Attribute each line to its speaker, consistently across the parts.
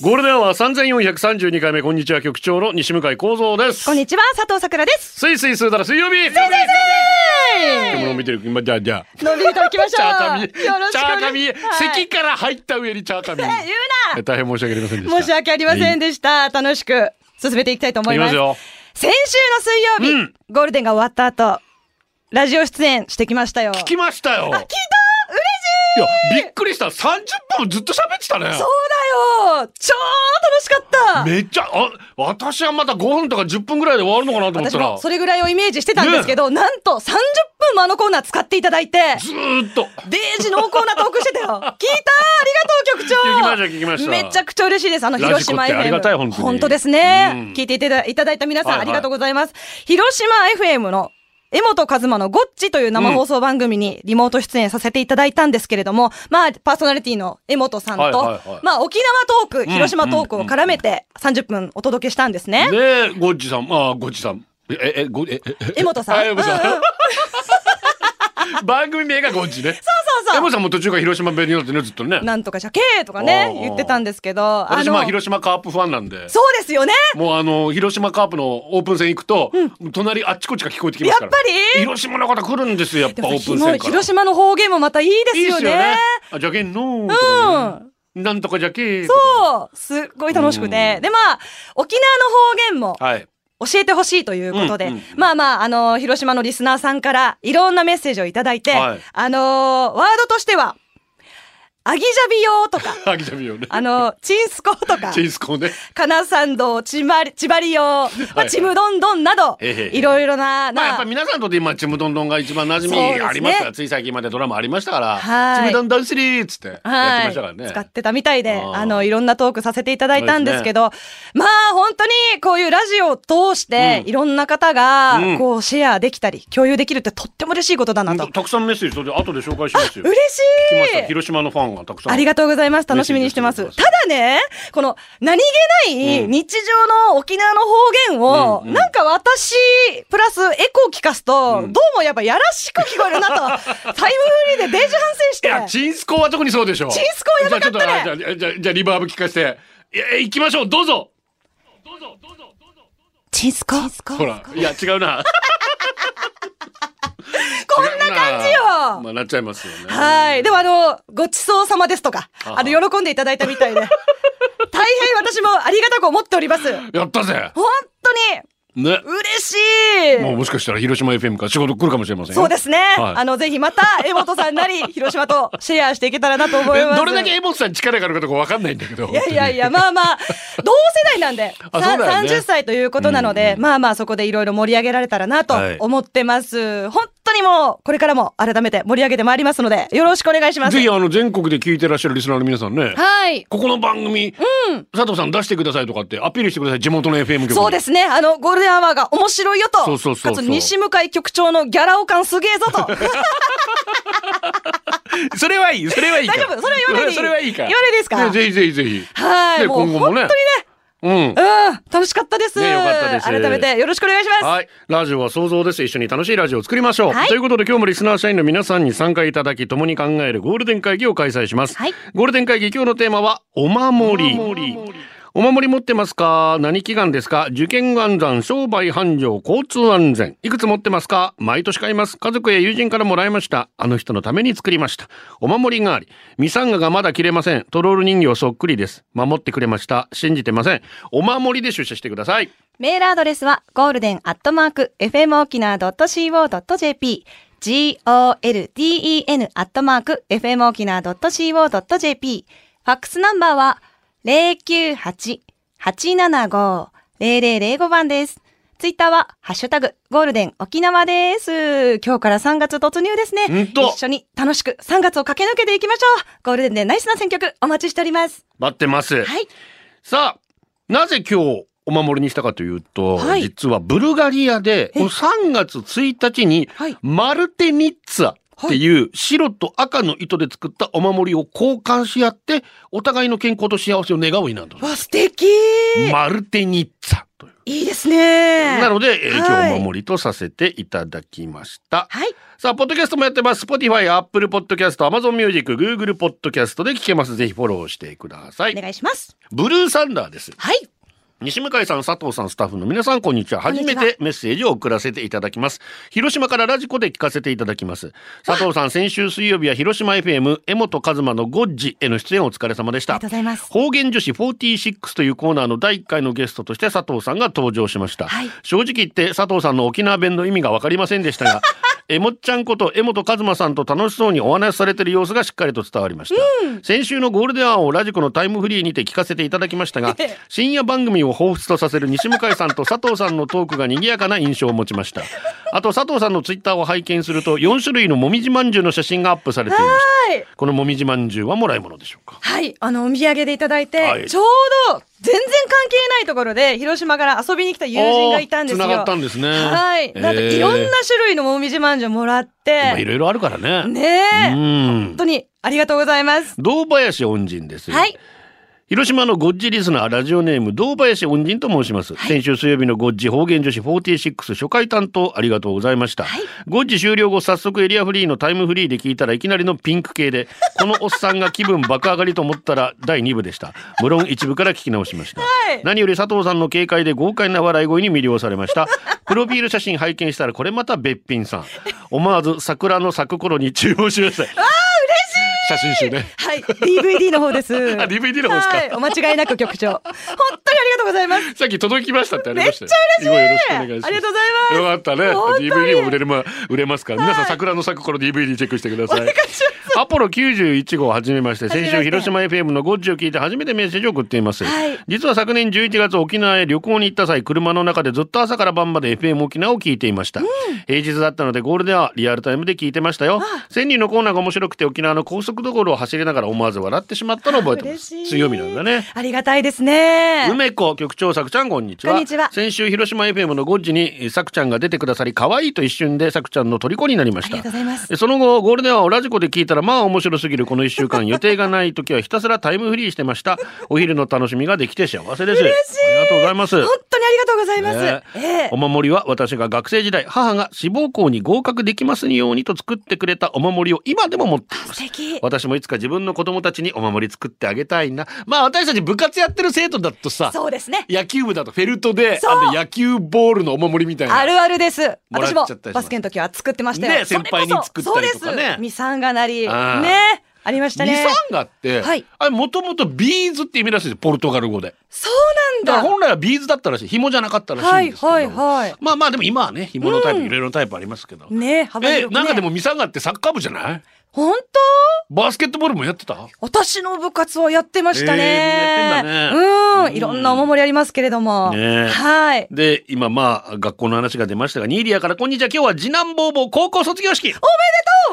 Speaker 1: ゴールデンは三千四百三十二回目こんにちは局長の西向井光三です。
Speaker 2: こんにちは、佐藤さくらです。
Speaker 1: スイスイスーダラ水曜日。今日も見てる今じゃあじゃあ。
Speaker 2: 飲んでいただきまし
Speaker 1: チ
Speaker 2: ょう。
Speaker 1: ャーカミ
Speaker 2: よろし
Speaker 1: チ
Speaker 2: く
Speaker 1: ャーカミ
Speaker 2: お願い
Speaker 1: 咳から入った上にチャーカミ。
Speaker 2: はい言う
Speaker 1: 大変申し訳ありませんでし
Speaker 2: な
Speaker 1: た。
Speaker 2: 申し訳ありませんでした。楽しく進めていきたいと思います。
Speaker 1: いきますよ
Speaker 2: 先週の水曜
Speaker 1: う
Speaker 2: 日、
Speaker 1: ん
Speaker 2: ゴールデンが終わった後、ラジオ出演してきましたよ。
Speaker 1: 聞きましたよ。聞いた。嬉しい。いやびっくりした。三十分ずっと喋ってたね
Speaker 2: そ。うだよ超楽しかった
Speaker 1: めっちゃあ私はまた五分とか十分ぐらいで終わるのかなと思っ
Speaker 2: 私
Speaker 1: たら
Speaker 2: も。それぐらいをイメージしてたんですけど、なんと30分もあのコーナー使っていただいて、
Speaker 1: ずーっと。
Speaker 2: デージ濃厚なトー クしてたよ。聞いたありがとう局長
Speaker 1: 聞きました聞きました
Speaker 2: めちゃくちゃ嬉しいです。あの、
Speaker 1: ラジコ
Speaker 2: 広島
Speaker 1: って
Speaker 2: FM。
Speaker 1: ありがたい本当に
Speaker 2: です
Speaker 1: うん
Speaker 2: ね。聞いていただいただいた皆さん、
Speaker 1: はいはい
Speaker 2: ありがとうございます。広島 FM の江本和馬のゴッチという生放送番組にリモート出演させていただいたんですけれども、まあ、パーソナリティの江本さんと、
Speaker 1: はいはいはい
Speaker 2: まあ、沖縄トーク、広島トークを絡めて30分お届けしたんですね。
Speaker 1: ねえゴッチさんあゴッチさん。ええゴえええ
Speaker 2: 江本さん。
Speaker 1: はい江本さん
Speaker 2: ううう
Speaker 1: 番組名がゴッチね。
Speaker 2: そうそう
Speaker 1: エ
Speaker 2: そう。
Speaker 1: モさんも途中から広島弁になってねずっとね。
Speaker 2: なんとかじゃけーとか
Speaker 1: おうお
Speaker 2: ね
Speaker 1: う、
Speaker 2: 言ってたんですけど、
Speaker 1: 私まあ
Speaker 2: の、
Speaker 1: 広島カープファンなんで。
Speaker 2: そうですよね
Speaker 1: もうあの広島カープのオープン戦行くと、隣あっちこっちが聞こえてきますから
Speaker 2: やっぱり
Speaker 1: 広島の方来るんですよやっ
Speaker 2: で
Speaker 1: ぱ
Speaker 2: も
Speaker 1: オ
Speaker 2: さ
Speaker 1: ープン戦から
Speaker 2: 広島の方言もまたいいです
Speaker 1: いいっ
Speaker 2: よ
Speaker 1: す
Speaker 2: ね。
Speaker 1: よねあじゃけんのーとかねなんとかじゃけーとか
Speaker 2: そう、すっごい楽しくて。
Speaker 1: うん
Speaker 2: で、まあ、沖縄の方言も
Speaker 1: はい
Speaker 2: 教えてほしいということで、
Speaker 1: うんうん
Speaker 2: まあまあ、あの広島のリスナーさんからいろんなメッセージをいただいて、
Speaker 1: はい
Speaker 2: あのーワードとしては、アギジャビ用 とか、
Speaker 1: あきちゃみよね
Speaker 2: あのチンスコとか
Speaker 1: チ、ェイスコーね
Speaker 2: カナサンド、チマリ、チバリ用、ま
Speaker 1: は
Speaker 2: あ、
Speaker 1: い
Speaker 2: チムドンドンなど、
Speaker 1: ええ
Speaker 2: いろいろな、
Speaker 1: まあやっ
Speaker 2: な
Speaker 1: ぱ皆さんにとって今ちむどんどんが一番馴染
Speaker 2: そうです
Speaker 1: み
Speaker 2: ね
Speaker 1: ありますから、つい最近までドラマありましたから
Speaker 2: はい
Speaker 1: ちむどんどんシリーっつってやって
Speaker 2: は
Speaker 1: ま
Speaker 2: い
Speaker 1: したからね、
Speaker 2: 使ってたみたいで、
Speaker 1: あー
Speaker 2: あの、いろんなトークさせていただいたんですけど、まあ、本当にこういうラジオを通して、
Speaker 1: うん
Speaker 2: いろんな方
Speaker 1: うん
Speaker 2: が、こう、シェアできたり、共有できるってとっても嬉しいことだなと。
Speaker 1: たくさんメッセージそれで後で紹介しますよ
Speaker 2: 嬉
Speaker 1: 来ました
Speaker 2: しい
Speaker 1: 広島のファンがたくさん
Speaker 2: ありがとうございます。楽しみにしてます。ただね、この、何気ない
Speaker 1: うん
Speaker 2: 日常の沖縄の方言を、
Speaker 1: うんうん
Speaker 2: なんか私、プラスエコー聞かすと、
Speaker 1: うん
Speaker 2: どうもやっぱやらしく聞こえ るなと、タイムフリーでデージ反省し
Speaker 1: い
Speaker 2: て。
Speaker 1: や、チンスコは特にそうでしょ。
Speaker 2: チンスコはやばかったね
Speaker 1: じゃあちょっとあじゃあじゃあじゃあリバーブ聞かせて。いや、行きましょう、どうぞ。
Speaker 2: チンスコ
Speaker 1: ほら、いや、違うな。
Speaker 2: こんな感じよ
Speaker 1: まあ、なっちゃいますよね。
Speaker 2: はい。でもあの、ごちそうさまですとか、
Speaker 1: あは
Speaker 2: あの、喜んでいただいたみた いで、大変私もありがたく思っております。本
Speaker 1: やったぜ。
Speaker 2: 当
Speaker 1: ね。
Speaker 2: に嬉し
Speaker 1: もう、
Speaker 2: い。
Speaker 1: もしかしたら広島 FM から仕事来るかもしれませんよ。
Speaker 2: そうですね。
Speaker 1: はい
Speaker 2: あの、ぜひまた、江本さんなり、広島とシェアしていけたらなと思い
Speaker 1: え
Speaker 2: ます。
Speaker 1: どれだけエモさん力があるかとかわかんないんだけど。
Speaker 2: いやいやいや、まあまあ、同世代なんで、さ
Speaker 1: あそうだよね
Speaker 2: 30歳ということなので、まあまあそこでいろいろ盛り上げられたらなと
Speaker 1: はい
Speaker 2: 思ってます。本当にもう、これからも改めて盛り上げてまいりますので、よろしくお願いします
Speaker 1: ぜ。ひ、あの、全国で聞いてらっしゃるリスナーの皆さんね。
Speaker 2: はい。
Speaker 1: ここの番組、佐藤さん出してくださいとかってアピールしてください、地元の FM 局に。
Speaker 2: そうですね。あの、ゴールデンアワーが面白いよと。
Speaker 1: そうそうそうそう
Speaker 2: かつ、西向井局長のギャラオ感すげえぞと。
Speaker 1: それはいい、それはいいから。
Speaker 2: 大丈夫それは言わないでいい
Speaker 1: それはいいから。
Speaker 2: 言わないでいいですか
Speaker 1: ねぜひぜひぜひ。
Speaker 2: はい。
Speaker 1: ね
Speaker 2: もう、
Speaker 1: 今後
Speaker 2: 本
Speaker 1: も
Speaker 2: 当に
Speaker 1: ね
Speaker 2: ね。
Speaker 1: うん。
Speaker 2: うん、楽しかったです。
Speaker 1: ねよかったです
Speaker 2: 改めてよろしくお願いします。
Speaker 1: はい。ラジオは想像です。一緒に楽しいラジオを作りましょう。
Speaker 2: はい
Speaker 1: ということで今日もリスナー社員の皆さんに参加いただき、共に考えるゴールデン会議を開催します。
Speaker 2: はい
Speaker 1: ゴールデン会議、今日のテーマは、お守り。お守り持ってますか何祈願ですか受験安産、商売繁盛、交通安全。いくつ持ってますか毎年買います。家族や友人からもらいました。あの人のために作りました。お守りがあり。ミサンガがまだ切れません。トロール人形そっくりです。守ってくれました。信じてません。お守りで出社してください。
Speaker 2: メールアドレスは、ゴールデンアットマーク、fmokina.co.jp、golden アットマーク、fmokina.co.jp、ファックスナンバーは、098-875-0005番です。ツイッターは、ハッシュタグ、ゴールデン沖縄です。今日から3月突入です
Speaker 1: ほん
Speaker 2: ね。
Speaker 1: と
Speaker 2: 一緒に楽しく3月を駆け抜けていきましょう。ゴールデンでナイスな選曲、お待ちしております。
Speaker 1: 待ってます。
Speaker 2: はい。
Speaker 1: さあ、なぜ今日お守りにしたかというと、
Speaker 2: はい
Speaker 1: 実はブルガリアで
Speaker 2: え
Speaker 1: 3月1日に
Speaker 2: はい
Speaker 1: マルテニッツァっていう白と赤の糸で作ったお守りを交換し合ってお互いの健康と幸せを願う日なんだそうで
Speaker 2: わ、素敵
Speaker 1: すマルテニッツァという
Speaker 2: いいですね
Speaker 1: なので、えー
Speaker 2: はい
Speaker 1: 今日お守りとさせていただきました。
Speaker 2: はい。
Speaker 1: さあ、ポッドキャストもやってます。Spotify、Apple Podcast、Amazon Music、Google Podcast で聞けます。ぜひフォローしてください。
Speaker 2: お願いします。
Speaker 1: ブルーサンダーです。
Speaker 2: はい。
Speaker 1: 西向井さん、佐藤さん、スタッフの皆さん、こんにちは。
Speaker 2: んに
Speaker 1: 初
Speaker 2: ちは
Speaker 1: めてメッセージを送らせていただきます。広島からラジコで聞かせていただきます。佐藤さん、先週水曜日は広島 FM、江本和馬のゴッジへの出演お疲れ様でし
Speaker 2: あ
Speaker 1: た
Speaker 2: りがと。うございます。
Speaker 1: 方言女子46というコーナーの第1回のゲストとして佐藤さんが登場しました、
Speaker 2: はい
Speaker 1: 正直言って佐藤さんの沖縄弁の意味が分かりませんでした がえもっちゃんこと江本和馬さんと楽しそうにお話しされている様子がしっかりと伝わりました、先週のゴールデンアワーをラジコのタイムフリーにて聞かせていただきましたが深夜番組を彷彿とさせる西向井さんと佐藤さんのトークが賑やかな印象を持ちましたあと佐藤さんのツイッターを拝見すると4種類のもみじまんじゅうの写真がアップされていましたこのもみじまんじゅうはもらい物でしょうか
Speaker 2: はい。あの、お土産でいただいて、
Speaker 1: はい
Speaker 2: ちょうど、全然関係ないところで、広島から遊びに来た友人がいたんですよ。
Speaker 1: おー繋がったんですね
Speaker 2: はい。なんか
Speaker 1: えー
Speaker 2: いろんな種類のもみじまんじゅうもらっ
Speaker 1: まあい
Speaker 2: て、
Speaker 1: ろいろあるからね。
Speaker 2: ね
Speaker 1: う
Speaker 2: え、
Speaker 1: ん
Speaker 2: 本。当にありがとうございます。
Speaker 1: 堂林恩人です。
Speaker 2: はい。
Speaker 1: 広島のゴッジリスナーラジオネーム堂林恩人と申します、先週水曜日のゴッジ方言女子46初回担当ありがとうございました、ゴッジ終了後早速エリアフリーのタイムフリーで聞いたらいきなりのピンク系でこのおっさんが気分爆上がりと思ったら第2部でした無論一部から聞き直しました、
Speaker 2: い
Speaker 1: 何より佐藤さんの軽快で豪快な笑い声に魅了されましたプロフィール写真拝見したらこれまたべっぴんさん思わず桜の咲く頃に注文してくださいあ嬉しい写真集ね
Speaker 2: はい。DVD の方 です。
Speaker 1: あ DVD の方ですか
Speaker 2: はい。お間違いなく局長。本当にありがとうございま す。
Speaker 1: さっき届きましたってあり
Speaker 2: め
Speaker 1: ま
Speaker 2: っ
Speaker 1: し
Speaker 2: ち
Speaker 1: た
Speaker 2: ゃ
Speaker 1: よ以
Speaker 2: 嬉しい。
Speaker 1: 後よろしくお願いします
Speaker 2: ありがとうございます。
Speaker 1: よかったね。
Speaker 2: 本当に
Speaker 1: DVD も売れるま、売れますから、皆さん桜の咲く頃 DVD チェックしてください。アポロ91号をはじめまして、先
Speaker 2: はじめまし
Speaker 1: 週
Speaker 2: て
Speaker 1: 広島 FM のゴッジを聞いて初めてメッセージを送っています。
Speaker 2: はい
Speaker 1: 実は昨年11月沖縄へ旅行に行った際、車の中でずっと朝から晩まで FM 沖縄を聞いていました。平日だったのでゴールデンはリアルタイムで聞いてましたよ。千里のコーナーが面白くて沖縄の高速道路を走りながら思わず笑ってしまったのを覚えてま
Speaker 2: 嬉
Speaker 1: す
Speaker 2: し。い。
Speaker 1: 強みなんだね。
Speaker 2: ありがたいですね。
Speaker 1: 梅子局長さくちゃんこんにちは
Speaker 2: こんにちは
Speaker 1: 先週広島 FM のゴッジにえーさくちゃんが出てくださり可愛いと一瞬でさくちゃんの虜になりま
Speaker 2: あ
Speaker 1: し
Speaker 2: りが
Speaker 1: た
Speaker 2: とうございます。
Speaker 1: えその後ゴールデンはラジコで聞いたらまあ面白すぎるこの1週間予定がない時はひたすらタイムフリーしてましたお昼の楽しみができて幸せですありがとうございます
Speaker 2: 本当にありがとうござい
Speaker 1: ね
Speaker 2: ます。ええ
Speaker 1: お守りは私が学生時代母が志望校に合格できますようにと作ってくれたお守りを今でも持っています
Speaker 2: 素敵。
Speaker 1: 私もいつか自分の子供たちにお守り作ってあげたいなまあ私たち部活やってる生徒だとさ
Speaker 2: そうですね。
Speaker 1: 野球部だとフェルトで
Speaker 2: そう
Speaker 1: あの野球ボールのお守りみたいな
Speaker 2: あるあるです。
Speaker 1: もらっちゃっ
Speaker 2: 私も
Speaker 1: たりします
Speaker 2: バスケの時は作ってましたよ。
Speaker 1: ね先輩に作ったりとかね
Speaker 2: それこそそうです。ミサンガなり。
Speaker 1: あー
Speaker 2: ね。ありました
Speaker 1: ミ
Speaker 2: ね
Speaker 1: サ。ンガって、
Speaker 2: はい
Speaker 1: あれもともとビーズって意味らしいですポルトガル語で
Speaker 2: そう
Speaker 1: だか
Speaker 2: な
Speaker 1: ら
Speaker 2: んだ。
Speaker 1: 本来はビーズだったらしい紐じゃなかったらし
Speaker 2: はい
Speaker 1: ん
Speaker 2: い
Speaker 1: ですけど、
Speaker 2: はいはい。
Speaker 1: まあまあでも今はね紐のタイプ、いろいろなタイプありますけど、
Speaker 2: ね幅
Speaker 1: え
Speaker 2: 広くね。
Speaker 1: なんかでもミサンガってサッカー部じゃない
Speaker 2: 本当
Speaker 1: バスケットボールもやってた
Speaker 2: 私の部活はやってました
Speaker 1: えー
Speaker 2: ね。
Speaker 1: みんなやってんだね
Speaker 2: うん。いろんなお守りありますけれども。
Speaker 1: ねえ
Speaker 2: はい。
Speaker 1: で今まあ学校の話が出ましたがニーリアからこんにちは今日は次男坊坊高校卒業式おめで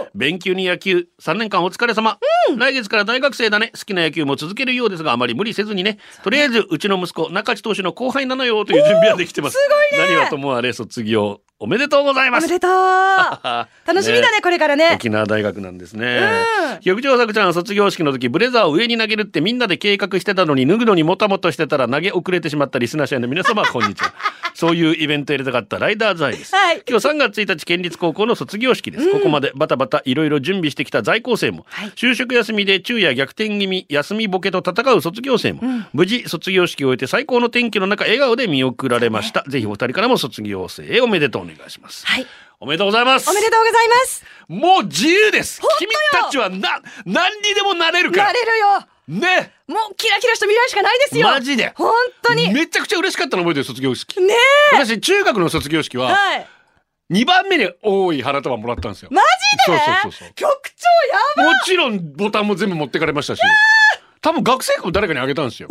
Speaker 1: とう勉強に野球3年間お疲れ様、来月から大学生だね好きな野球も続けるようですがあまり無理せずにねとりあえずうちの息子中地投手の後輩なのよという準備はできてます
Speaker 2: おーすごいね
Speaker 1: 何はともあれ卒業おめでとうござい
Speaker 2: お
Speaker 1: ま
Speaker 2: め
Speaker 1: す
Speaker 2: でとう楽しみだね、これからね。
Speaker 1: 沖縄大学なんですね
Speaker 2: うん。
Speaker 1: 局長作ちゃんは卒業式の時ブレザーを上に投げるってみんなで計画してたのに脱ぐのにもたもたしてたら投げ遅れてしまったリスナー社員の皆様こんにち は。そういうイベントやりたかったライダーズアイです。
Speaker 2: はい
Speaker 1: 今日3月1日県立高校の卒業式です。ここまでバタバタいろいろ準備してきた在校生も、就職休みで昼夜逆転気味休みボケと戦う卒業生も、無事卒業式を終えて最高の天気の中笑顔で見送られました。ぜひお二人からも卒業生へおめでとうお願いします。
Speaker 2: はい。
Speaker 1: おめでとうございます。
Speaker 2: おめでとうございます。
Speaker 1: もう自由です
Speaker 2: 本当
Speaker 1: 君
Speaker 2: よ
Speaker 1: たちはな、何にでもなれるか
Speaker 2: な
Speaker 1: ら
Speaker 2: れるよ。
Speaker 1: ね
Speaker 2: もうキラキラした未来しかないですよ。
Speaker 1: マジで
Speaker 2: 本当に。ね
Speaker 1: めちゃくちゃ嬉しかったの覚えてる卒業式。
Speaker 2: え。
Speaker 1: 私、中学の卒業式は、
Speaker 2: はい。
Speaker 1: 2番目に多い花束もらったんですよ。
Speaker 2: マジで
Speaker 1: そうそうそうそう
Speaker 2: 局長やば
Speaker 1: もちろん、ボタンも全部持ってかれましたし、多分学生服も誰かにあげたんですよ。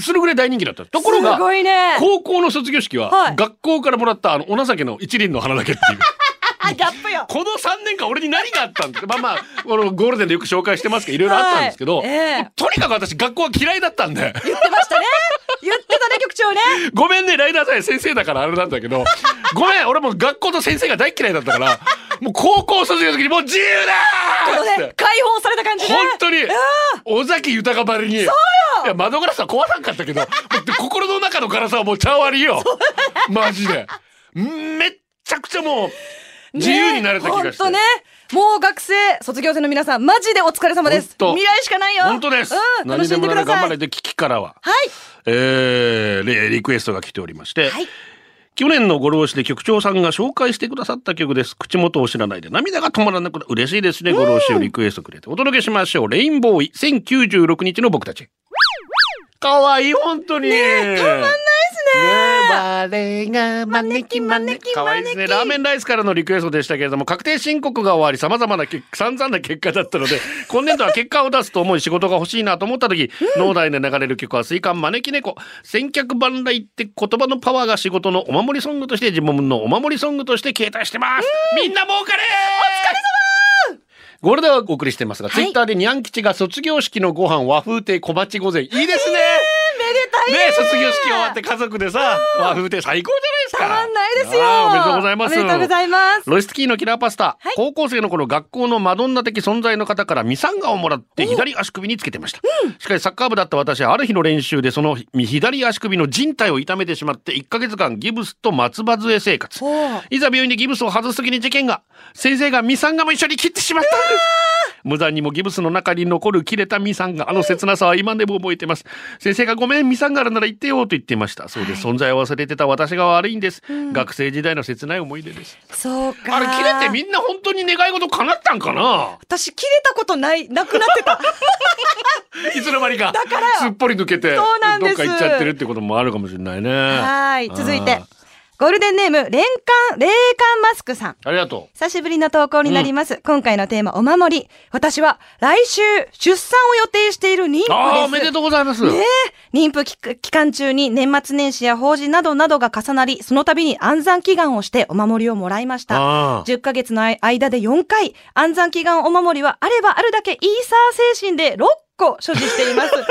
Speaker 1: それぐらい大人気だった。ところが
Speaker 2: す、ごいね。
Speaker 1: 高校の卒業式は、
Speaker 2: はい
Speaker 1: 学校からもらったあのお情けの一輪の花だけって いう。
Speaker 2: あ、ギャップよ。
Speaker 1: この3年間俺に何があったんだってまあまあこのゴールデンでよく紹介してますけどいろいろあったんですけど、
Speaker 2: はいええ
Speaker 1: とにかく私学校は嫌いだったんで
Speaker 2: 言ってましたね。言ってたね、局長。よね。
Speaker 1: ごめんね、ライダーさん先生だからあれなんだけど、 ごめん、俺もう学校と先生が大嫌いだったから、もう高校卒業の時にもう自由だ
Speaker 2: この
Speaker 1: ーっつっ
Speaker 2: ね
Speaker 1: て。
Speaker 2: 解放された感じね。
Speaker 1: 本当に、尾崎豊ばりに。いや、窓ガラスは壊さんかったけど、もうで心の中のガラスはもう茶割りよ。マジで。めっちゃくちゃもう、自由になれた気がして。
Speaker 2: 本当ね。もう学生、卒業生の皆さん、マジでお疲れ様です。
Speaker 1: ほんと
Speaker 2: 未来しかないよ。
Speaker 1: 本当です。
Speaker 2: うん、楽
Speaker 1: 何で
Speaker 2: しん
Speaker 1: もな
Speaker 2: でく
Speaker 1: ら
Speaker 2: だ
Speaker 1: 頑
Speaker 2: さ
Speaker 1: 張れ
Speaker 2: い。はい。
Speaker 1: で聞きからは。えー、リリクエストが来ておりまして、
Speaker 2: はい
Speaker 1: 去年のご老子で局長さんが紹介してくださった曲です。口元を知らないで涙が止まらなくなる。嬉しいですね。ご老子をリクエストくれて。お届けしましょう。レインボーイ、1096日の僕たち。かわいい、本当に。ねえ、たまんないですね。我が招き招き。かわいいですね。ラーメンライスからのリクエストでしたけれども、確定申告が終わり、様々な結散々な結果だったの で、今年度は結果を出すと思い仕事が欲しいなと思った時、脳内で流れる曲は水管招き猫。千客万来って言葉のパワーが仕事のお守りソングとして、自分のお守りソングとして携帯してます。みんな儲かれお疲れ様ゴールデンはお送りしてますが、
Speaker 2: はい
Speaker 1: ツイッターでニャン吉が卒業式のご飯和風亭小鉢御膳。いいですね、
Speaker 2: めでたい
Speaker 1: ね卒業式終わって家族でさ、和風亭最高じゃな
Speaker 2: たま
Speaker 1: いですか。
Speaker 2: んないですよ。
Speaker 1: あーおめでとうございます。
Speaker 2: おめでとうございます。
Speaker 1: ロイスキーのキラーパスタ、
Speaker 2: はい
Speaker 1: 高校生の頃学校のマドンナ的存在の方からミサンガをもらって左足首につけてました、しかしサッカー部だった私はある日の練習でその左足首の靭帯を痛めてしまって1ヶ月間ギブスと松葉杖生活
Speaker 2: おー
Speaker 1: いざ病院でギブスを外す時に事件が先生がミサンガも一緒に切ってしまったんです無残にもギブスの中に残る切れたミサンガあの切なさは今でも覚えてます先生がごめんミサンガあるなら言ってよと言っていましたそうです、存在を忘れてた私が悪いんです、学生時代の切ない思い出です
Speaker 2: そうか。
Speaker 1: あれ切れてみんな本当に願い事叶ったんかな
Speaker 2: 私、切れたことない、なくなっ てた。
Speaker 1: いつの間にか。
Speaker 2: から
Speaker 1: すっぽり抜けて、
Speaker 2: そうなんです
Speaker 1: どっか行っちゃってるってこともあるかもしれないね。
Speaker 2: はい。続いて
Speaker 1: あー。
Speaker 2: ゴールデンネーム、霊感、霊感マスクさん。
Speaker 1: ありがと
Speaker 2: 久しぶりの投稿になります。今回のテーマ、お守り。私は、来週、出産を予定している妊婦です。
Speaker 1: う。ああ、おめでとうございます。
Speaker 2: 妊婦期期間中に年末年始や法事などなどが重なり、その度に安産祈願をしてお守りをもらいました。
Speaker 1: あー
Speaker 2: 10ヶ月の間で4回、安産祈願お守りはあればあるだけイーサー精神で6個所持して います。ほぼ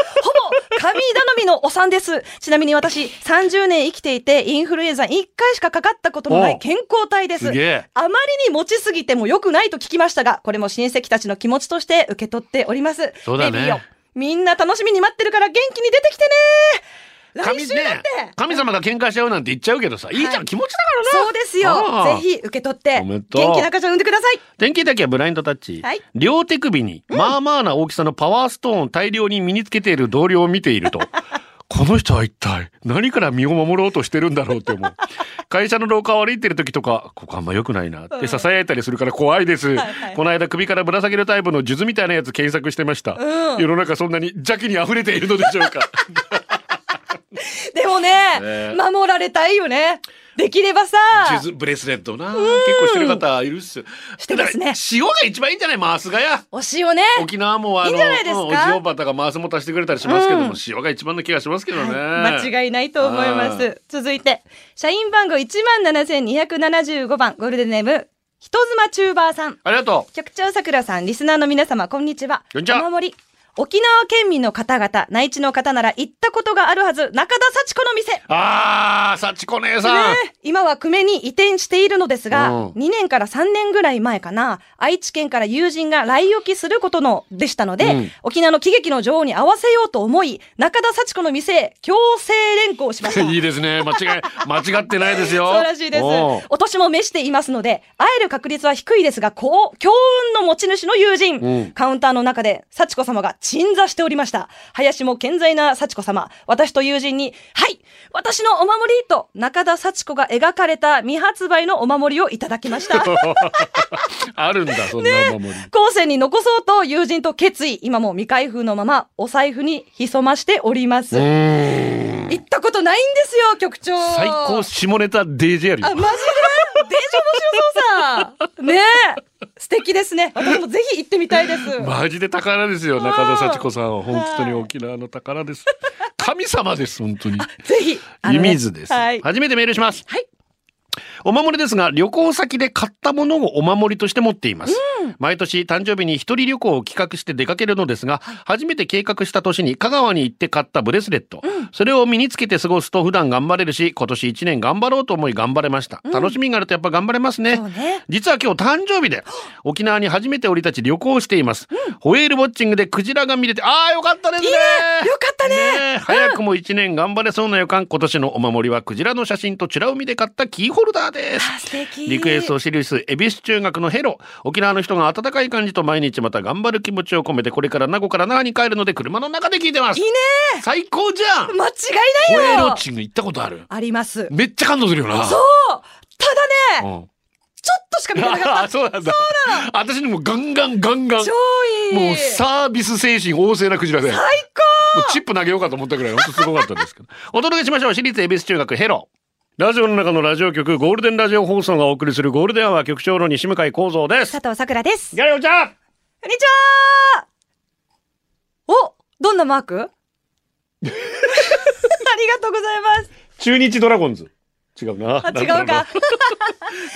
Speaker 2: 神頼みのお産です。ちなみに私、30年生きていて、インフルエンザ1回しかかかったことの
Speaker 1: お
Speaker 2: ない健康体です。
Speaker 1: すげえ。
Speaker 2: あまりに持ちすぎても良くないと聞きましたが、これも親戚たちの気持ちとして受け取っております。
Speaker 1: そうだね
Speaker 2: ベビーよみんな楽しみに待ってるから元気に出てきてね来週だって、
Speaker 1: 神様が喧嘩しちゃうなんて言っちゃうけどさ、いいじゃ
Speaker 2: は
Speaker 1: ん、
Speaker 2: い
Speaker 1: 気持ちだからな。
Speaker 2: そうですよ
Speaker 1: ああ
Speaker 2: ぜひ受け取って
Speaker 1: おめで
Speaker 2: 元
Speaker 1: とう
Speaker 2: 気な赤ちゃん産んでください
Speaker 1: 典型だけはブラインドタッチ。
Speaker 2: はい
Speaker 1: 両手首に、まあまあな大きさのパワーストーンを大量に身につけている同僚を見てい ると、この人は一体何から身を守ろうとしてるんだろうって思う。会社の廊下を歩いてる時とか、ここあんま良くないなって囁いたりするから怖いです。
Speaker 2: はいはい
Speaker 1: この間首からぶら下げるタイプの数珠みたいなやつ検索してました。世の中そんなに邪気に溢れているのでしょ うか。
Speaker 2: でもね
Speaker 1: ね
Speaker 2: 守られたいよねできればさ
Speaker 1: 数珠ブレスレットな。結構してる方いるっすよ。
Speaker 2: してますね
Speaker 1: だから塩が一番いいんじゃない回すがや。
Speaker 2: 推しをね
Speaker 1: 沖縄もあの
Speaker 2: いいんじゃないですか
Speaker 1: うんおじおばたが回すも足してくれたりしますけども、
Speaker 2: うん
Speaker 1: 塩が一番の気がしますけどね、
Speaker 2: 間違いないと思いま
Speaker 1: うん
Speaker 2: す。続いて、社員番号17,275番、ゴールデンネーム、人妻チューバーさん。
Speaker 1: ありがと
Speaker 2: 局長さくらさん、リスナーの皆様、こんにちは。
Speaker 1: こんにちは
Speaker 2: お守り。沖縄県民の方々、内地の方なら行ったことがあるはず、中田幸子の店。
Speaker 1: うあー幸子姉さん、
Speaker 2: ねえ今は久米に移転しているのですが、
Speaker 1: うん
Speaker 2: 2年から3年ぐらい前かな、愛知県から友人が来沖することのでしたので、
Speaker 1: うん。
Speaker 2: 沖縄の喜劇の女王に合わせようと思い、中田幸子の店へ強制連行しました
Speaker 1: いいですね間違い間違ってないですよ
Speaker 2: そうらしいです。
Speaker 1: おう
Speaker 2: お年も召していますので、会える確率は低いですが、こう、強運の持ち主の友人、
Speaker 1: うん
Speaker 2: カウンターの中で、幸子様が鎮座しておりました。林も健在な幸子様、私と友人に、はい私のお守りと、中田幸子が描かれた未発売のお守りをいただきました。
Speaker 1: あるんだそんなお守り、
Speaker 2: 後世に残そうと友人と決意、今も未開封のまま、お財布に潜ましております。行ったことないんですよ、局長。
Speaker 1: 最高下ネタ DJ やるよ
Speaker 2: あ、マジでデージ面白そうさ。ねえ。素敵ですね。私もぜひ行ってみたいです。
Speaker 1: マジで宝ですよ中田幸子さんは本当に沖縄の宝です神様です本当に
Speaker 2: ぜひ。あのね
Speaker 1: 湯水です、
Speaker 2: はい。
Speaker 1: 初めてメールします
Speaker 2: はい
Speaker 1: お守りですが旅行先で買ったものをお守りとして持っています、毎年誕生日に一人旅行を企画して出かけるのですが、初めて計画した年に香川に行って買ったブレスレット、それを身につけて過ごすと普段頑張れるし今年1年頑張ろうと思い頑張れました、楽しみがあるとやっぱ頑張れますね
Speaker 2: そうね
Speaker 1: 実は今日誕生日で沖縄に初めて降り立ち旅行しています、ホエールウォッチングでクジラが見れてあーよかったですね
Speaker 2: いいねよかったね
Speaker 1: え早くも1年頑張れそうな予感今年のお守りはクジラの写真とチュラ海で買ったキーホルダーです
Speaker 2: あ素敵
Speaker 1: リクエストシリウス恵比寿中学のヘロ沖縄の人が温かい感じと毎日また頑張る気持ちを込めてこれから名護から那覇に帰るので車の中で聞いてます
Speaker 2: いいね
Speaker 1: 最高じゃん
Speaker 2: 間違い
Speaker 1: ホ
Speaker 2: な
Speaker 1: エ
Speaker 2: い
Speaker 1: ールウォ
Speaker 2: よ
Speaker 1: ッチング行ったことある
Speaker 2: あります
Speaker 1: めっちゃ感動するよな
Speaker 2: そうただね
Speaker 1: うん
Speaker 2: ちょっとしか見てなかっ た
Speaker 1: そうなんだ私にもガンガンガンガン
Speaker 2: 超いい
Speaker 1: もうサービス精神旺盛なクジラでもう
Speaker 2: 最
Speaker 1: チップ投げようかと思ったぐらい本当すごかったんですけ どお届けしましょう私立恵比寿中学ヘロラジオの中のラジオ局ゴールデンラジオ放送がお送りするゴールデンは局長の西向井光三で
Speaker 2: 高
Speaker 1: す
Speaker 2: 佐藤さくらです
Speaker 1: ギャレオちゃん
Speaker 2: こんにちはおどんなマー クありがとうございます
Speaker 1: 中日ドラゴンズ違うな
Speaker 2: あ違うか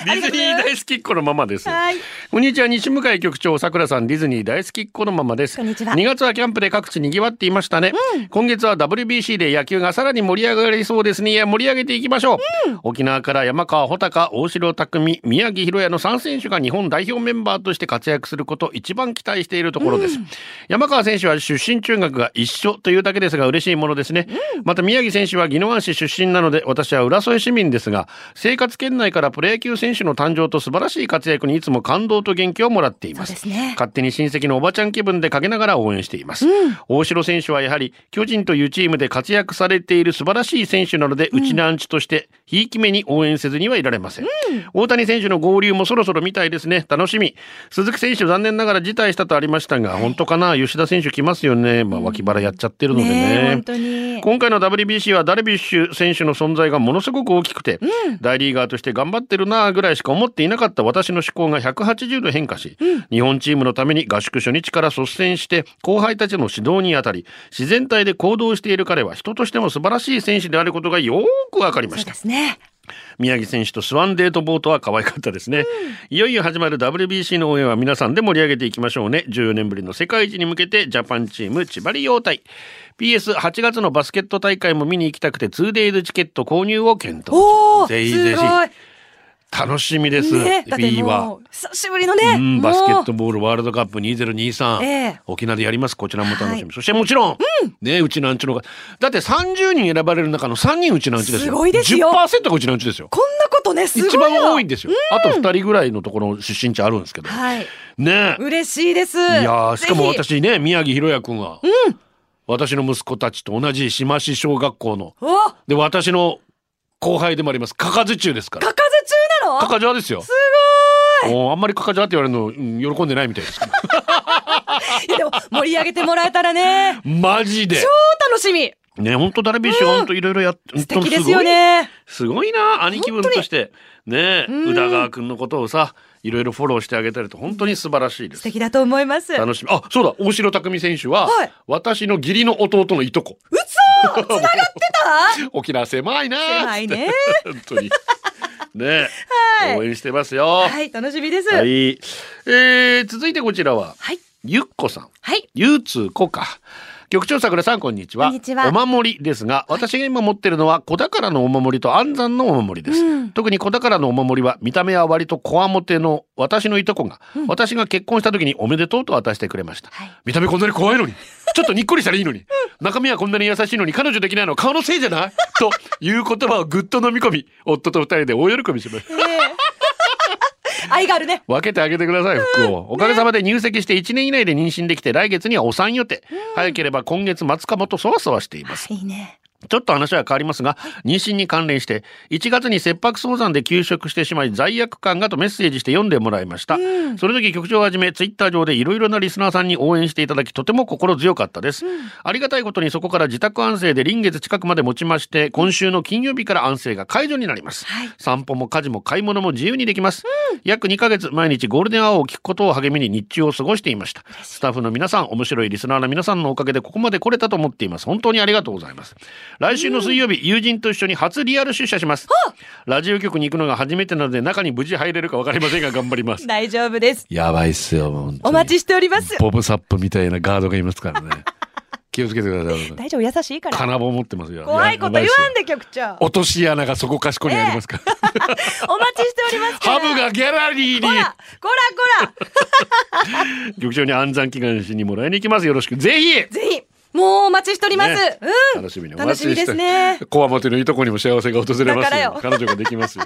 Speaker 1: ディズニー大好きっ子のままです
Speaker 2: はい
Speaker 1: こんにちは西向井局長さくらさんディズニー大好きっ子のままです
Speaker 2: こんにちは
Speaker 1: 2月はキャンプで各地にぎわっていましたね、今月は WBC で野球がさらに盛り上がりそうですねいや盛り上げていきましょう、沖縄から山川穂高大城匠宮城博也の3選手が日本代表メンバーとして活躍することを一番期待しているところです、山川選手は出身中学が一緒というだけですが嬉しいものですね、また宮城選手は宜野湾市出身なので私は浦添市民ですが生活圏内からプロ野球選手の誕生と素晴らしい活躍にいつも感動と元気をもらってい
Speaker 2: そ
Speaker 1: ま
Speaker 2: う
Speaker 1: す
Speaker 2: ですね
Speaker 1: 勝手に親戚のおばちゃん気分でかけながら応援しています、大城選手はやはり巨人というチームで活躍されている素晴らしい選手なので、うちなんちとしてひいき目に応援せずにはいられません、大谷選手の合流もそろそろ見たいですね楽しみ鈴木選手残念ながら辞退したとありましたが本当かな吉田選手来ますよねまあ脇腹やっちゃってるので
Speaker 2: ねえ
Speaker 1: ね
Speaker 2: 本当に
Speaker 1: 今回の WBC はダルビッシュ選手の存在がものすごく大きくて、大リーガーとして頑張ってるなあぐらいしか思っていなかった私の思考が180度変化し、日本チームのために合宿初日から率先して後輩たちの指導にあたり自然体で行動している彼は人としても素晴らしい選手であることがよーくわかりま
Speaker 2: そう
Speaker 1: した
Speaker 2: ですね
Speaker 1: 宮城選手とスワンデートボートは可愛かったですね、いよいよ始まる WBC の応援は皆さんで盛り上げていきましょうね14年ぶりの世界一に向けてジャパンチーム千葉リ陽対 PS8 月のバスケット大会も見に行きたくて 2days チケット購入を検討
Speaker 2: おおす
Speaker 1: ぜひぜひ
Speaker 2: ごい
Speaker 1: 楽しみです、
Speaker 2: ね、だって
Speaker 1: B は
Speaker 2: もう久しぶりのね、
Speaker 1: うん、
Speaker 2: もう
Speaker 1: バスケットボールワールドカップ2023、
Speaker 2: ええ
Speaker 1: 沖縄でやりますこちらも楽しみ、
Speaker 2: はい
Speaker 1: そしてもちろん、ねうちなんちのがだって30人選ばれる中の3人うちなんちですよ
Speaker 2: すごいですよ
Speaker 1: 10%がうちなんちですよ
Speaker 2: こんなことねすごい
Speaker 1: 一番多いん
Speaker 2: で
Speaker 1: ですよ、あと2人ぐらいのところ出身地あるんですけど、
Speaker 2: はい
Speaker 1: ねえ
Speaker 2: 嬉しいですい
Speaker 1: いやーしかも私ね宮城弘也君は、私の息子たちと同じ島市小学校の
Speaker 2: おか
Speaker 1: で私の後輩でもありますかかず中ですから
Speaker 2: かず中なの
Speaker 1: かかじわですよ
Speaker 2: すご
Speaker 1: もうあんまりかかじわって言われるの、うん喜んでないみたい ですけど
Speaker 2: いいやでも盛り上げてもらえた らね
Speaker 1: マジで
Speaker 2: 超楽しみ
Speaker 1: ね本当ダルビッシュ本当いろいろやって、
Speaker 2: 素敵ですよね
Speaker 1: すごいな兄貴分としてねえ宇田川君のことをさいろいろフォローしてあげたりと本当に素晴らしいです
Speaker 2: 素敵だと思います
Speaker 1: 楽しみ。あ、そうだ、大城匠選手は、
Speaker 2: はい
Speaker 1: 私の義理の弟のいとこ。
Speaker 2: そう繋がって
Speaker 1: 沖縄狭いな。
Speaker 2: た狭いね
Speaker 1: 本当に。ね、
Speaker 2: はい
Speaker 1: 応援してますよ。は
Speaker 2: はい楽しみです
Speaker 1: い。
Speaker 2: はい
Speaker 1: えー続いてこちらは、
Speaker 2: はい、
Speaker 1: ゆっこさん。ゆうつーこか。局長さくらさんこんにちは
Speaker 2: こんにちは
Speaker 1: お守りですが私が今持ってるのは小宝のお守りと安産のお守りです、特に小宝のお守りは見た目は割とこわもての私のいとこが、私が結婚した時におめでとうと渡してくれました、
Speaker 2: はい
Speaker 1: 見た目こんなに怖いのにちょっとにっこりしたらいいのに、中身はこんなに優しいのに彼女できないのは顔のせいじゃないという言葉をぐっと飲み込み夫と二人で大喜びしました
Speaker 2: ええ愛があるね
Speaker 1: 分けてあげてください服をおかげさまで入籍して1年以内で妊娠できて来月にはお産予定、早ければ今月末かもとそわそわしています
Speaker 2: いいね
Speaker 1: ちょっと話は変わりますが妊娠に関連して1月に切迫早産で休職してしまい罪悪感がとメッセージして読んでもらいました、その時局長をはじめツイッター上でいろいろなリスナーさんに応援していただきとても心強かったです、ありがたいことにそこから自宅安静で臨月近くまで持ちまして今週の金曜日から安静が解除になります、
Speaker 2: はい
Speaker 1: 散歩も家事も買い物も自由にできます、約2ヶ月毎日ゴールデンアワーを聞くことを励みに日中を過ごしていましたスタッフの皆さん面白いリスナーの皆さんのおかげでここまで来れたと思っています本当にありがとうございます来週の水曜日、友人と一緒に初リアル出社します。ラジオ局に行くのが初めてなので、中に無事入れるかわかりませんが、頑張ります。
Speaker 2: 大丈夫です。
Speaker 1: やばいっすよ、本当
Speaker 2: お
Speaker 1: に
Speaker 2: 待ちしております。
Speaker 1: ボブサップみたいなガードがいますからね。気をつけてください。
Speaker 2: 大丈夫、優しいか ら。
Speaker 1: 金棒持ってますよ。
Speaker 2: 怖いこと言わんで、局長。お
Speaker 1: 落とし穴がそこかしこにありますから。
Speaker 2: 待ちしておりますか ら。
Speaker 1: ハブがギャラリー
Speaker 2: こ
Speaker 1: に
Speaker 2: ら、こら、こら。
Speaker 1: 局長に暗算祈願しにもらいに行きますよろしくぜひ
Speaker 2: ぜひ、もうお待ちしております。
Speaker 1: ね
Speaker 2: うん。
Speaker 1: 楽しみにお
Speaker 2: 楽
Speaker 1: 待
Speaker 2: し
Speaker 1: ちし
Speaker 2: みで
Speaker 1: て
Speaker 2: すね。
Speaker 1: こわもてのいとこにも幸せが訪れま
Speaker 2: だか
Speaker 1: す
Speaker 2: ら
Speaker 1: よ
Speaker 2: よ
Speaker 1: 彼女ができ ますよ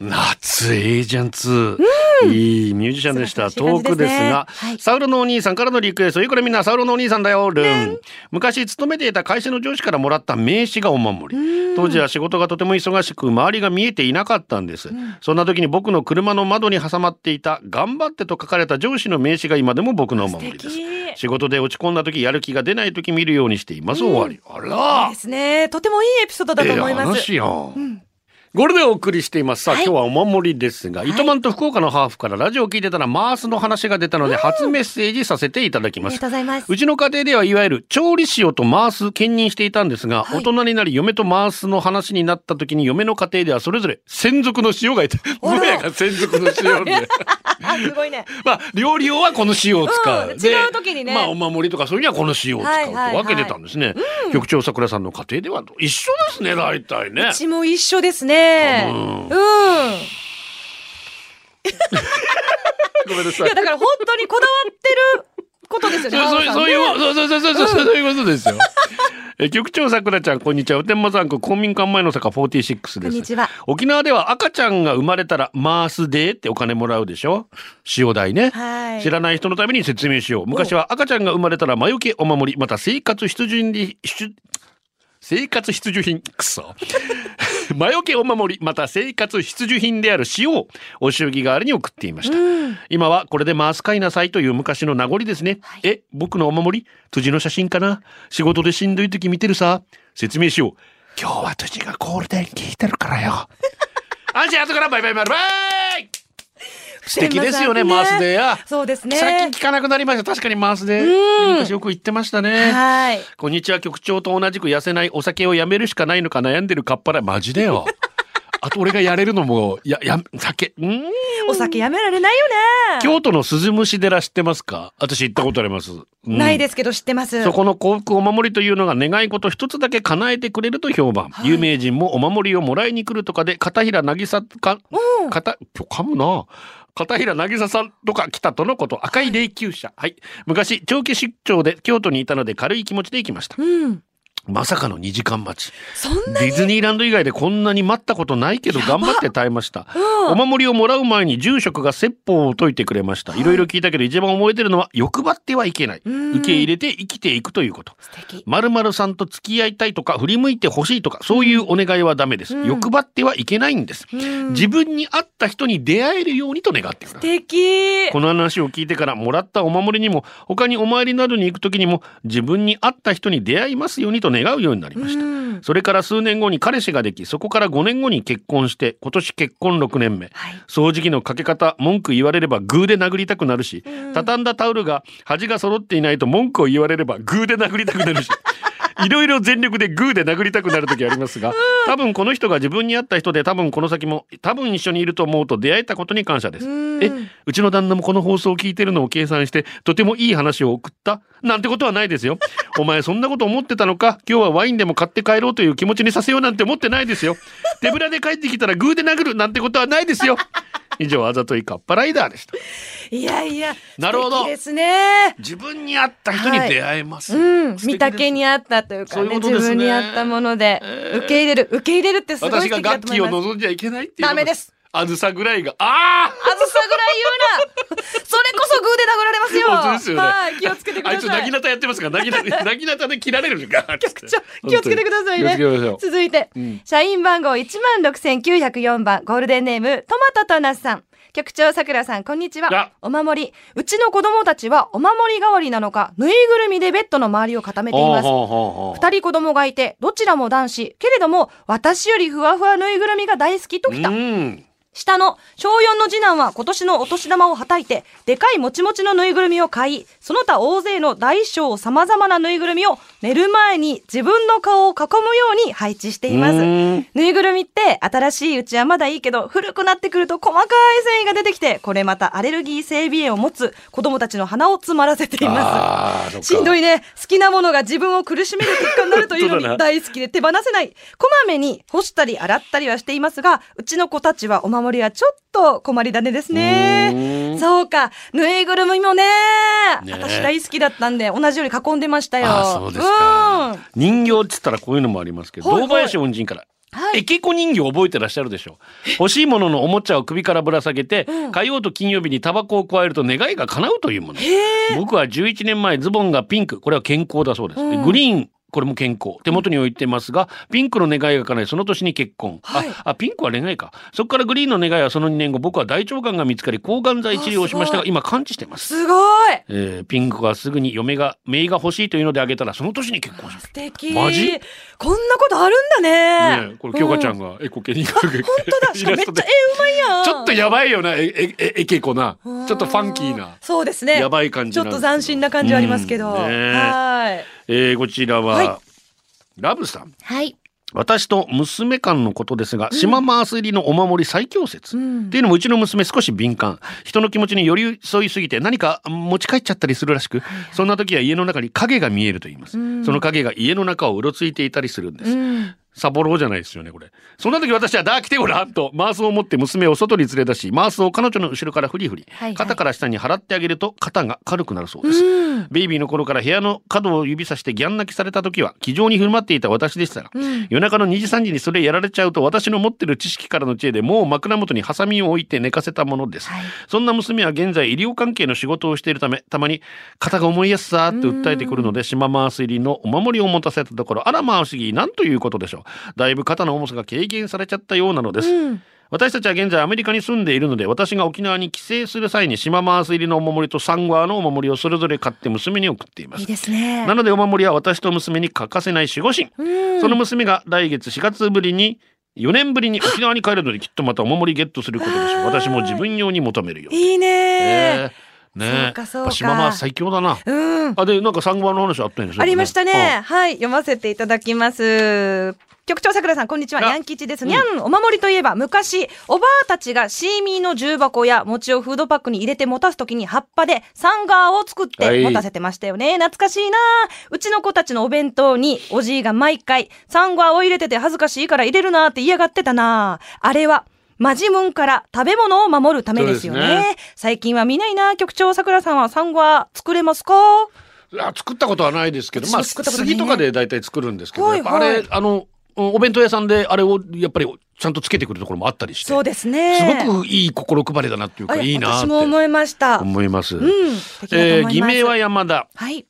Speaker 1: 夏エージェンツ、いいミュージシャンでした
Speaker 2: 素晴ら
Speaker 1: 遠
Speaker 2: しい感
Speaker 1: く
Speaker 2: じ
Speaker 1: で
Speaker 2: ですすね
Speaker 1: が、
Speaker 2: はい
Speaker 1: サウロのお兄さんからのリクエストいいこれみんなサウロのお兄さんだよルン昔勤めていた会社の上司からもらった名刺がお守り当時は仕事がとても忙しく周りが見えていなかったんです、そんな時に僕の車の窓に挟まっていた「頑張って」と書かれた上司の名刺が今でも僕のお守りです
Speaker 2: 敵
Speaker 1: 仕事で落ち込んだ時やる気が出ない時見るようにしています、終わりあら
Speaker 2: ですね。とてもいいエピソードだと思い
Speaker 1: ええ
Speaker 2: ます。
Speaker 1: 話やんゴールデンをお送りしています。さあ、
Speaker 2: はい
Speaker 1: 今日はお守りですが、糸満と福岡のハーフからラジオを聞いてたら、マースの話が出たので、初メッセージさせていただき
Speaker 2: あ
Speaker 1: ま
Speaker 2: りが
Speaker 1: す
Speaker 2: とう。ございます。
Speaker 1: うちの家庭ではいわゆる調理師をとマース兼任していたんですが、大人になり嫁とマースの話になった時に嫁の家庭ではそれぞれ専属の塩がいて、
Speaker 2: あら
Speaker 1: 親が専属の塩 で。
Speaker 2: あ、すごいね。
Speaker 1: まあ、料理用はこの塩を使う。
Speaker 2: うん
Speaker 1: で
Speaker 2: 違う時にね
Speaker 1: まあ、お守りとかそういうにはこの塩を使う
Speaker 2: はい
Speaker 1: と
Speaker 2: はいはい
Speaker 1: 分けてたんですね。局長桜さんの家庭では一緒ですね、大体ね
Speaker 2: う。ちも一緒ですね。
Speaker 1: う
Speaker 2: うんん。
Speaker 1: ごめんなさ
Speaker 2: い
Speaker 1: い
Speaker 2: や、。だから本当にこだわってることですよね。
Speaker 1: そうそう
Speaker 2: 青
Speaker 1: そういうそ
Speaker 2: 木さんね
Speaker 1: うそうそうそうそうそういうことですよ。 え局長さくらちゃんこんにちは。お天満山区公民館前の坂46です。
Speaker 2: こんにちは。
Speaker 1: 沖縄では赤ちゃんが生まれたらマースデーってお金もらうでしょ。塩代ね。
Speaker 2: はい。
Speaker 1: 知らない人のために説明しよう。昔は赤ちゃんが生まれたら魔除けお守り、また生活必需品、必生活必需品、くそ。 魔除けお守り、また生活必需品である塩をお祝儀代わりに送っていました。今はこれで回すかいなさいという昔の名残ですね。え、僕のお守り辻の写真かな仕事でしんどい時見てるさ。説明しよう。今日は辻がゴールデン聞いてる からよ。安心後からバイバイバイバイ素敵ですよね、
Speaker 2: 天
Speaker 1: マー
Speaker 2: 満さ
Speaker 1: ス
Speaker 2: ん
Speaker 1: デーや。
Speaker 2: そうですね。
Speaker 1: 最近聞かなくなりました。確かに回すで。
Speaker 2: うん
Speaker 1: 昔よく言ってましたね。
Speaker 2: はい。
Speaker 1: こんにちは、局長と同じく痩せないお酒をやめるしかないのか悩んでるカッパラ。マジで よ。あと俺がやれるのも、や、や、酒。うん。
Speaker 2: お酒やめられないよね。
Speaker 1: 京都の鈴虫寺知ってますか私行ったことあります。うん
Speaker 2: ないですけど知ってます。
Speaker 1: そこの幸福お守りというのが願い事一つだけ叶えてくれると評判、有名人もお守りをもらいに来るとかで片平渚か
Speaker 2: うん
Speaker 1: 片今日噛むな片平渚さんとか来たとのこと赤い霊柩車はい昔長期出張で京都にいたので軽い気持ちで行きました
Speaker 2: うん。
Speaker 1: まさかの2時間待ち
Speaker 2: そんな
Speaker 1: ディズニーランド以外でこんなに待ったことないけど頑張って耐えました、お守りをもらう前に住職が説法を解いてくれましたいろいろ聞いたけど一番覚えてるのは欲張ってはいけない
Speaker 2: うん
Speaker 1: 受け入れて生きていくということ
Speaker 2: 素敵。
Speaker 1: まるまるさんと付き合いたいとか振り向いてほしいとかそういうお願いはダメです、
Speaker 2: うん
Speaker 1: 欲張ってはいけないんです、
Speaker 2: うん
Speaker 1: 自分に合った人に出会えるようにと願ってくだ
Speaker 2: 素
Speaker 1: さい
Speaker 2: 敵。
Speaker 1: この話を聞いてからもらったお守りにも他にお参りなどに行く時にも自分に合った人に出会いますようにと願うようになりました、
Speaker 2: うん
Speaker 1: それから数年後に彼氏ができそこから5年後に結婚して今年結婚6年目
Speaker 2: はい。
Speaker 1: 掃除機のかけ方文句言われればグーで殴りたくなるし、
Speaker 2: うん
Speaker 1: 畳んだタオルが端が揃っていないと文句を言われればグーで殴りたくな るしいろいろ全力でグーで殴りたくなる時ありますが、多分この人が自分に合った人で多分この先も多分一緒にいると思うと出会えたことに感謝です、
Speaker 2: うん
Speaker 1: えうちの旦那もこの放送を聞いてるのを計算してとてもいい話を送ったなんてことはないですよ お前そんなこと思ってたのか今日はワインでも買って帰ろうという気持ちにさせようなんて思ってないですよ手ぶらで帰ってきたらグーで殴るなんてことはないです よ以上あざといカッパライダーでした
Speaker 2: いやいや。
Speaker 1: なるほど
Speaker 2: 素敵ですね。
Speaker 1: 自分に合った人に出会えます、
Speaker 2: うん、
Speaker 1: 素敵
Speaker 2: 見
Speaker 1: です
Speaker 2: たけにあったというか
Speaker 1: そういう
Speaker 2: ね
Speaker 1: ことで
Speaker 2: 自
Speaker 1: すね
Speaker 2: 分に合ったもので、受け入れる受け入れるってすごい素
Speaker 1: 私が
Speaker 2: 敵だ
Speaker 1: 楽
Speaker 2: と思
Speaker 1: 器
Speaker 2: い
Speaker 1: を
Speaker 2: ます
Speaker 1: 望んじゃいけないっていうこと
Speaker 2: ダメです
Speaker 1: あずさぐらいがああ
Speaker 2: あずさぐらい 言うなそれこそグーで殴られますよ
Speaker 1: 本当ですよね
Speaker 2: はい気をつけてく
Speaker 1: あい
Speaker 2: だ
Speaker 1: つ
Speaker 2: さ
Speaker 1: なぎ
Speaker 2: い
Speaker 1: なたやってますからなぎななぎなたで切られるじゃんガーッつって
Speaker 2: ちょ気をつけてくださいね
Speaker 1: 本当に気をつけましょう
Speaker 2: 続いて、
Speaker 1: ん
Speaker 2: 社員番号16,904番ゴールデンネームトマトとナスさん局長さくらさんこんにち
Speaker 1: あ
Speaker 2: はお守りうちの子供たちはお守り代わりなのかぬいぐるみでベッドの周りを固めています
Speaker 1: ほうほうほうほう
Speaker 2: 二人子供がいてどちらも男子けれども私よりふわふわぬいぐるみが大好きときた
Speaker 1: うん
Speaker 2: 下の小4の次男は今年のお年玉をはたいて、でかいもちもちのぬいぐるみを買い、その他大勢の大小様々なぬいぐるみを寝る前に自分の顔を囲むように配置していま
Speaker 1: う
Speaker 2: す。
Speaker 1: ーん
Speaker 2: ぬいぐるみって新しいうちはまだいいけど、古くなってくると細かい繊維が出てきて、これまたアレルギー性鼻炎を持つ子供たちの鼻を詰まらせています。
Speaker 1: ああ、そっか
Speaker 2: しんどいね。好きなものが自分を苦しめる結果になるというの
Speaker 1: 本当だな
Speaker 2: に大好きで手放せない。こまめに干したり洗ったりはしていますが、うちの子たちはお守りはちょっと困り種です
Speaker 1: うー
Speaker 2: ね
Speaker 1: ん。
Speaker 2: そうか。ぬいぐるみもね
Speaker 1: ね
Speaker 2: 私大好きだったんで、同じように囲んでましたよ。
Speaker 1: ああそうですか、
Speaker 2: うん
Speaker 1: 人形っつったらこういうのもありますけど、
Speaker 2: はいはい
Speaker 1: 堂林恩人から。
Speaker 2: はい
Speaker 1: えけこ人形覚えてらっしゃるでしょ欲しいもののおもちゃを首からぶら下げて、火曜と金曜日にタバコを加えると願いが叶うというもの僕は11年前ズボンがピンクこれは健康だそうです、でグリーンこれも健康手元に置いてますがピンクの願いが叶いその年に結婚、
Speaker 2: はい
Speaker 1: ああピンクは恋愛かそこからグリーンの願いはその2年後僕は大腸がんが見つかり抗がん剤治療をしましたが
Speaker 2: あす
Speaker 1: 今完治してます
Speaker 2: すごい
Speaker 1: えーピンクがすぐに嫁が姪が欲しいというのであげたらその年に結婚しまし
Speaker 2: 素敵
Speaker 1: マジ
Speaker 2: こんなことあるんだ
Speaker 1: た
Speaker 2: ね
Speaker 1: ねえこれ京香ちゃ
Speaker 2: うん
Speaker 1: がエコケに
Speaker 2: 本当だしかもめっちゃ絵うまいやん
Speaker 1: ちょっとやばいよなえええエケコなちょっとファンキーな
Speaker 2: そうですね
Speaker 1: やばい感じ
Speaker 2: ち
Speaker 1: な
Speaker 2: ょ
Speaker 1: ん
Speaker 2: っ
Speaker 1: です
Speaker 2: と
Speaker 1: けど
Speaker 2: 斬新な感じはありますけど、
Speaker 1: うんねえ
Speaker 2: はい
Speaker 1: えーこちらは、
Speaker 2: は
Speaker 1: ラブさん
Speaker 3: はい。
Speaker 1: 私と娘間のことですが、島マース入りのお守り最強説、
Speaker 2: うん
Speaker 1: っていうのもうちの娘少し敏感人の気持ちに寄り添いすぎて何か持ち帰っちゃったりするらしく、そんな時は家の中に影が見えると言います、その影が家の中をうろついていたりするんです、サボろうじゃないですよねこれそんな時私は「ダー来てごらん」とマースを持って娘を外に連れ出しマースを彼女の後ろからフリフリ、
Speaker 3: はい
Speaker 1: 肩から下に払ってあげると肩が軽くなるそうです、ベイビーの頃から部屋の角を指さしてギャン泣きされた時は気丈に振る舞っていた私でしたが、夜中の2時3時にそれやられちゃうと私の持ってる知識からの知恵でもう枕元にハサミを置いて寝かせたものです、そんな娘は現在医療関係の仕事をしているためたまに肩が重いやすさーって訴えてくるので島回す入りのお守りを持たせたところあらまあ不思議なんということでしょうだいぶ肩の重さが軽減されちゃったようなのです、私たちは現在アメリカに住んでいるので私が沖縄に帰省する際に島回す入りのお守りとサンゴアのお守りをそれぞれ買って娘に送っています
Speaker 2: いいですね
Speaker 1: なのでお守りは私と娘に欠かせない守護神。その娘が来月4月ぶりに4年ぶりに沖縄に帰るのできっとまたお守りゲットすることでしょう。
Speaker 2: わーい
Speaker 1: 私も自分用に求めるよ。
Speaker 2: いいね
Speaker 1: ねえねえ
Speaker 2: そうかそ
Speaker 1: やっ
Speaker 2: うか
Speaker 1: ぱ島は最強だな。
Speaker 2: うん
Speaker 1: あでなんか産後の話あったんですよね。
Speaker 2: ありました
Speaker 1: うん
Speaker 2: ね。はい、読ませていただきます。局長さくらさん、こんにちは。
Speaker 1: あ
Speaker 2: ヤンキチです。にゃん、お守りといえば、昔、おばあたちがシーミーの重箱や餅をフードパックに入れて持たすときに葉っぱでサンガーを作っ
Speaker 1: はい
Speaker 2: て持たせてましたよね。懐かしいなうちの子たちのお弁当に、おじいが毎回、サンガーを入れてて恥ずかしいから入れるなって嫌がってたなあれは、マジムンから食べ物を守るためですよ
Speaker 1: そうです
Speaker 2: ね。最近は見ないな局長さくらさんはサンガー作れますか
Speaker 1: あ作ったことはないですけど、
Speaker 2: 私
Speaker 1: ま
Speaker 2: も
Speaker 1: あ
Speaker 2: 作ったことないね
Speaker 1: 杉とかで大体作るんですけど、
Speaker 2: はい
Speaker 1: やっぱあれ、
Speaker 2: はい
Speaker 1: あのお弁当屋さんであれをやっぱりちゃんとつけてくるところもあったりして、
Speaker 2: そうですね。
Speaker 1: すごくいい心配りだなっていう
Speaker 2: あ
Speaker 1: か
Speaker 2: れ
Speaker 1: いいなって
Speaker 2: 私も思いました。うん。
Speaker 1: 思います。
Speaker 2: 素敵だと
Speaker 1: えー
Speaker 2: 思い
Speaker 1: 偽
Speaker 2: ます
Speaker 1: 名は山田。
Speaker 2: はい。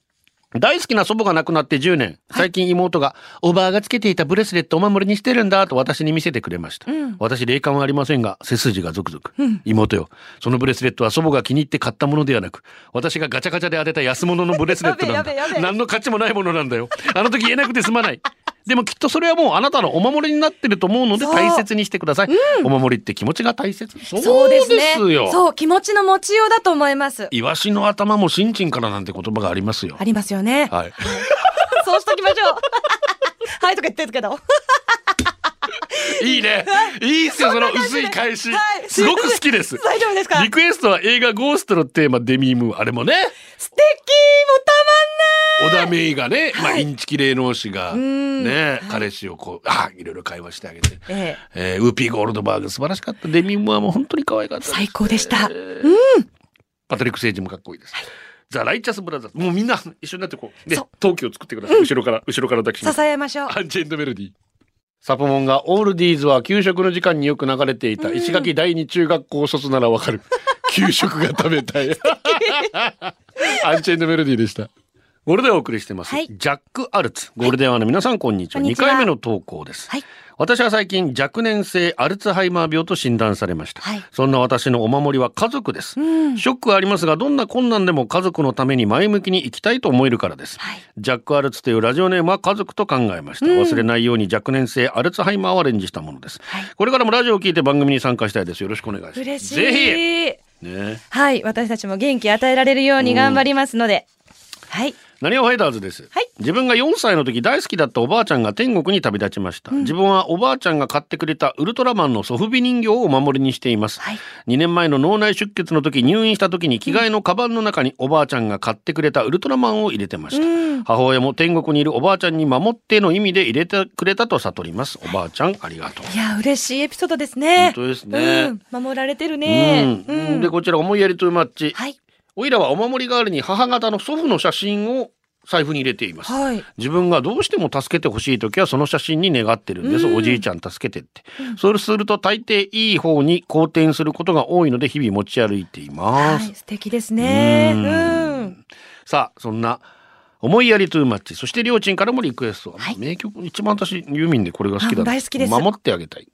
Speaker 1: 大好きな祖母が亡くなって10年、最近妹が、おばあがつけていたブレスレットお守りにしてるんだと私に見せてくれました。私霊感はありませんが、背筋がゾクゾク。妹よ、そのブレスレットは祖母が気に入って買ったものではなく、私がガチャガチャで当てた安物のブレスレットなん
Speaker 2: やべえやべえ
Speaker 1: だ。
Speaker 2: やべえ
Speaker 1: 何の価値もないものなんだよ。あの時言えなくてすま ない。でもきっとそれはもうあなたのお守りになってると思うので
Speaker 2: そう
Speaker 1: 大切にしてください。お守りって気持ちが大切。
Speaker 2: そうですね。
Speaker 1: そうよ。
Speaker 2: そう、気持ちの持ちようだと思います。
Speaker 1: イワシの頭も新陳からなんて言葉がありますよ
Speaker 2: あ。りますよね。
Speaker 1: はい。
Speaker 2: そうしときましょう。 はいとか言ってる けど。
Speaker 1: いいね。いいっすよ、その薄い返し。すごく好き です。
Speaker 2: 大丈夫ですか
Speaker 1: リクエストは映画ゴーストのテーマデミームーン。あれもね、
Speaker 2: 素敵もうた
Speaker 1: 小田メイがね、まあ、
Speaker 2: はい
Speaker 1: インチキ霊能師が、
Speaker 2: ん
Speaker 1: ね、彼氏をこう、あいろいろ会話してあげて。
Speaker 2: まんない。ええ
Speaker 1: えーウーピー・ゴールドバーグ素晴らしかった。デミームーアも本当に可愛かった。
Speaker 2: 最高でした。
Speaker 1: パトリック・セイジもかっこいいです。ザ・ライチャス・ブラザーズ。もうみんな一緒になってこう、ね
Speaker 2: そう、
Speaker 1: 陶器を作ってください。後ろから、後ろから抱きしめて
Speaker 2: 支えましょう。
Speaker 1: アンチェンドメロディー。サポモンがオールディーズは給食の時間によく流れていた石垣第二中学校卒ならわ かる。給食が食べたい。アンチェンドメロディーでした。ゴールデンをお送りしてます、
Speaker 2: はい
Speaker 1: ジャック・アルツゴールデンはの皆さんこんにちは、
Speaker 2: こん
Speaker 1: 二
Speaker 2: にちは
Speaker 1: 回目の投稿です、
Speaker 2: はい
Speaker 1: 私は最近若年性アルツハイマー病と診断されました、
Speaker 2: はい
Speaker 1: そんな私のお守りは家族です、
Speaker 2: うん
Speaker 1: ショックはありますがどんな困難でも家族のために前向きに生きたいと思えるからです、
Speaker 2: はい
Speaker 1: ジャック・アルツというラジオネームは家族と考えました、
Speaker 2: うん
Speaker 1: 忘れないように若年性アルツハイマーをアレンジしたものです、これからもラジオを聞いて番組に参加したいですよろしくお願いします
Speaker 2: 嬉しい。
Speaker 1: ぜひね
Speaker 2: はい、私たちも元気与えられるように頑張りますので。はい。
Speaker 1: 何をファイターズです、
Speaker 2: はい
Speaker 1: 自分が4歳の時大好きだったおばあちゃんが天国に旅立ちました、自分はおばあちゃんが買ってくれたウルトラマンのソフビ人形をお守りにしています、
Speaker 2: はい
Speaker 1: 2年前の脳内出血の時入院した時に着替えのカバンの中におばあちゃんが買ってくれたウルトラマンを入れてました、
Speaker 2: うん
Speaker 1: 母親も天国にいるおばあちゃんに守っての意味で入れてくれたと悟りますおばあちゃんありがとう
Speaker 2: いや、嬉しいエピソードです
Speaker 1: 本
Speaker 2: ね。
Speaker 1: 当ですね
Speaker 2: うん、守られてるね。
Speaker 1: うんでこちら思いやりというマッチ、
Speaker 2: はい。
Speaker 1: おいらはお守り代わりに母方の祖父の写真を財布に入れています
Speaker 2: はい。
Speaker 1: 自分がどうしても助けてほしい時はその写真に願ってるんです、
Speaker 2: うん
Speaker 1: おじいちゃん助けてって、そうすると大抵いい方に好転することが多いので日々持ち歩いていま
Speaker 2: は
Speaker 1: す、
Speaker 2: い、素敵ですね。
Speaker 1: う
Speaker 2: うんん。
Speaker 1: さあそんな思いやりトゥーマッチそしてりょうちんからもリクエスト、
Speaker 2: はい
Speaker 1: 名曲一番私ユーミンでこれが好きだ
Speaker 2: あ大好きです
Speaker 1: 守ってあげたい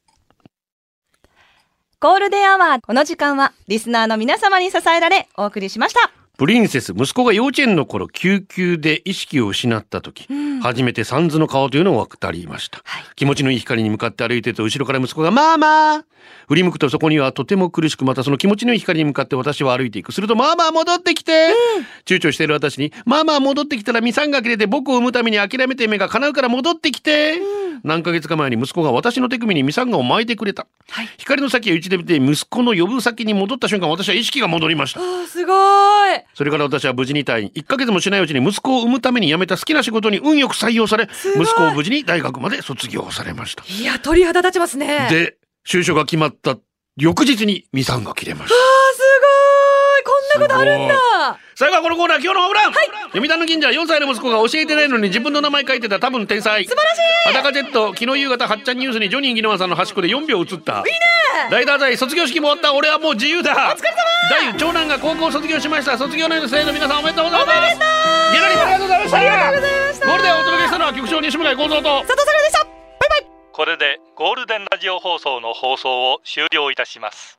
Speaker 2: ゴールデンアワー、この時間は、リスナーの皆様に支えられ、お送りしました。
Speaker 1: プリンセス息子が幼稚園の頃救急で意識を失った時、初めてサンズの顔というのを渡りました、
Speaker 2: はい
Speaker 1: 気持ちのいい光に向かって歩いていると後ろから息子が「マーマー!」振り向くとそこにはとても苦しくまたその気持ちのいい光に向かって私は歩いていくすると「マーマー戻ってきて!」躊躇している私に「マーマー戻ってきたらミサンが切れて僕を産むために諦めて夢が叶うから戻ってきて!」何ヶ月か前に息子が私の手首にミサンガを巻いてくれた、光の先へ打ち出て息子の呼ぶ先に戻った瞬間私は意識が戻りました
Speaker 2: あ、すごーい。
Speaker 1: それから私は無事に退院。1ヶ月もしないうちに息子を産むために辞めた好きな仕事に運よく採用され、
Speaker 2: ごい
Speaker 1: 息子を無事に大学まで卒業されました。
Speaker 2: いや、鳥肌立ちますね。あ、すごーい。
Speaker 1: で、就職が決まった翌日にミサンが切れました。
Speaker 2: こんなことあるんだ。
Speaker 1: 最後はこのコーナー、今日のホームラン、読谷の近所は4歳の息子が教えてないのに自分の名前書いてた多分天才。素晴らしい裸ジェット、昨日夕方、はっちゃんニュースにジョニー・ギノワさんの端っこで4秒映った。いいねライダー罪、卒業式も終わった。俺はもう自由だ。お疲れ様大長男が高校を卒業しました。卒業年の生の皆さんおめでとうございます。おめでとうギャラリーありがとうございましたありがとうございましたゴールデンをお届けしたのは局長西村幸三と。
Speaker 2: 佐藤さくらでした。
Speaker 4: これでゴールデンラジオ放送の放送を終了いたします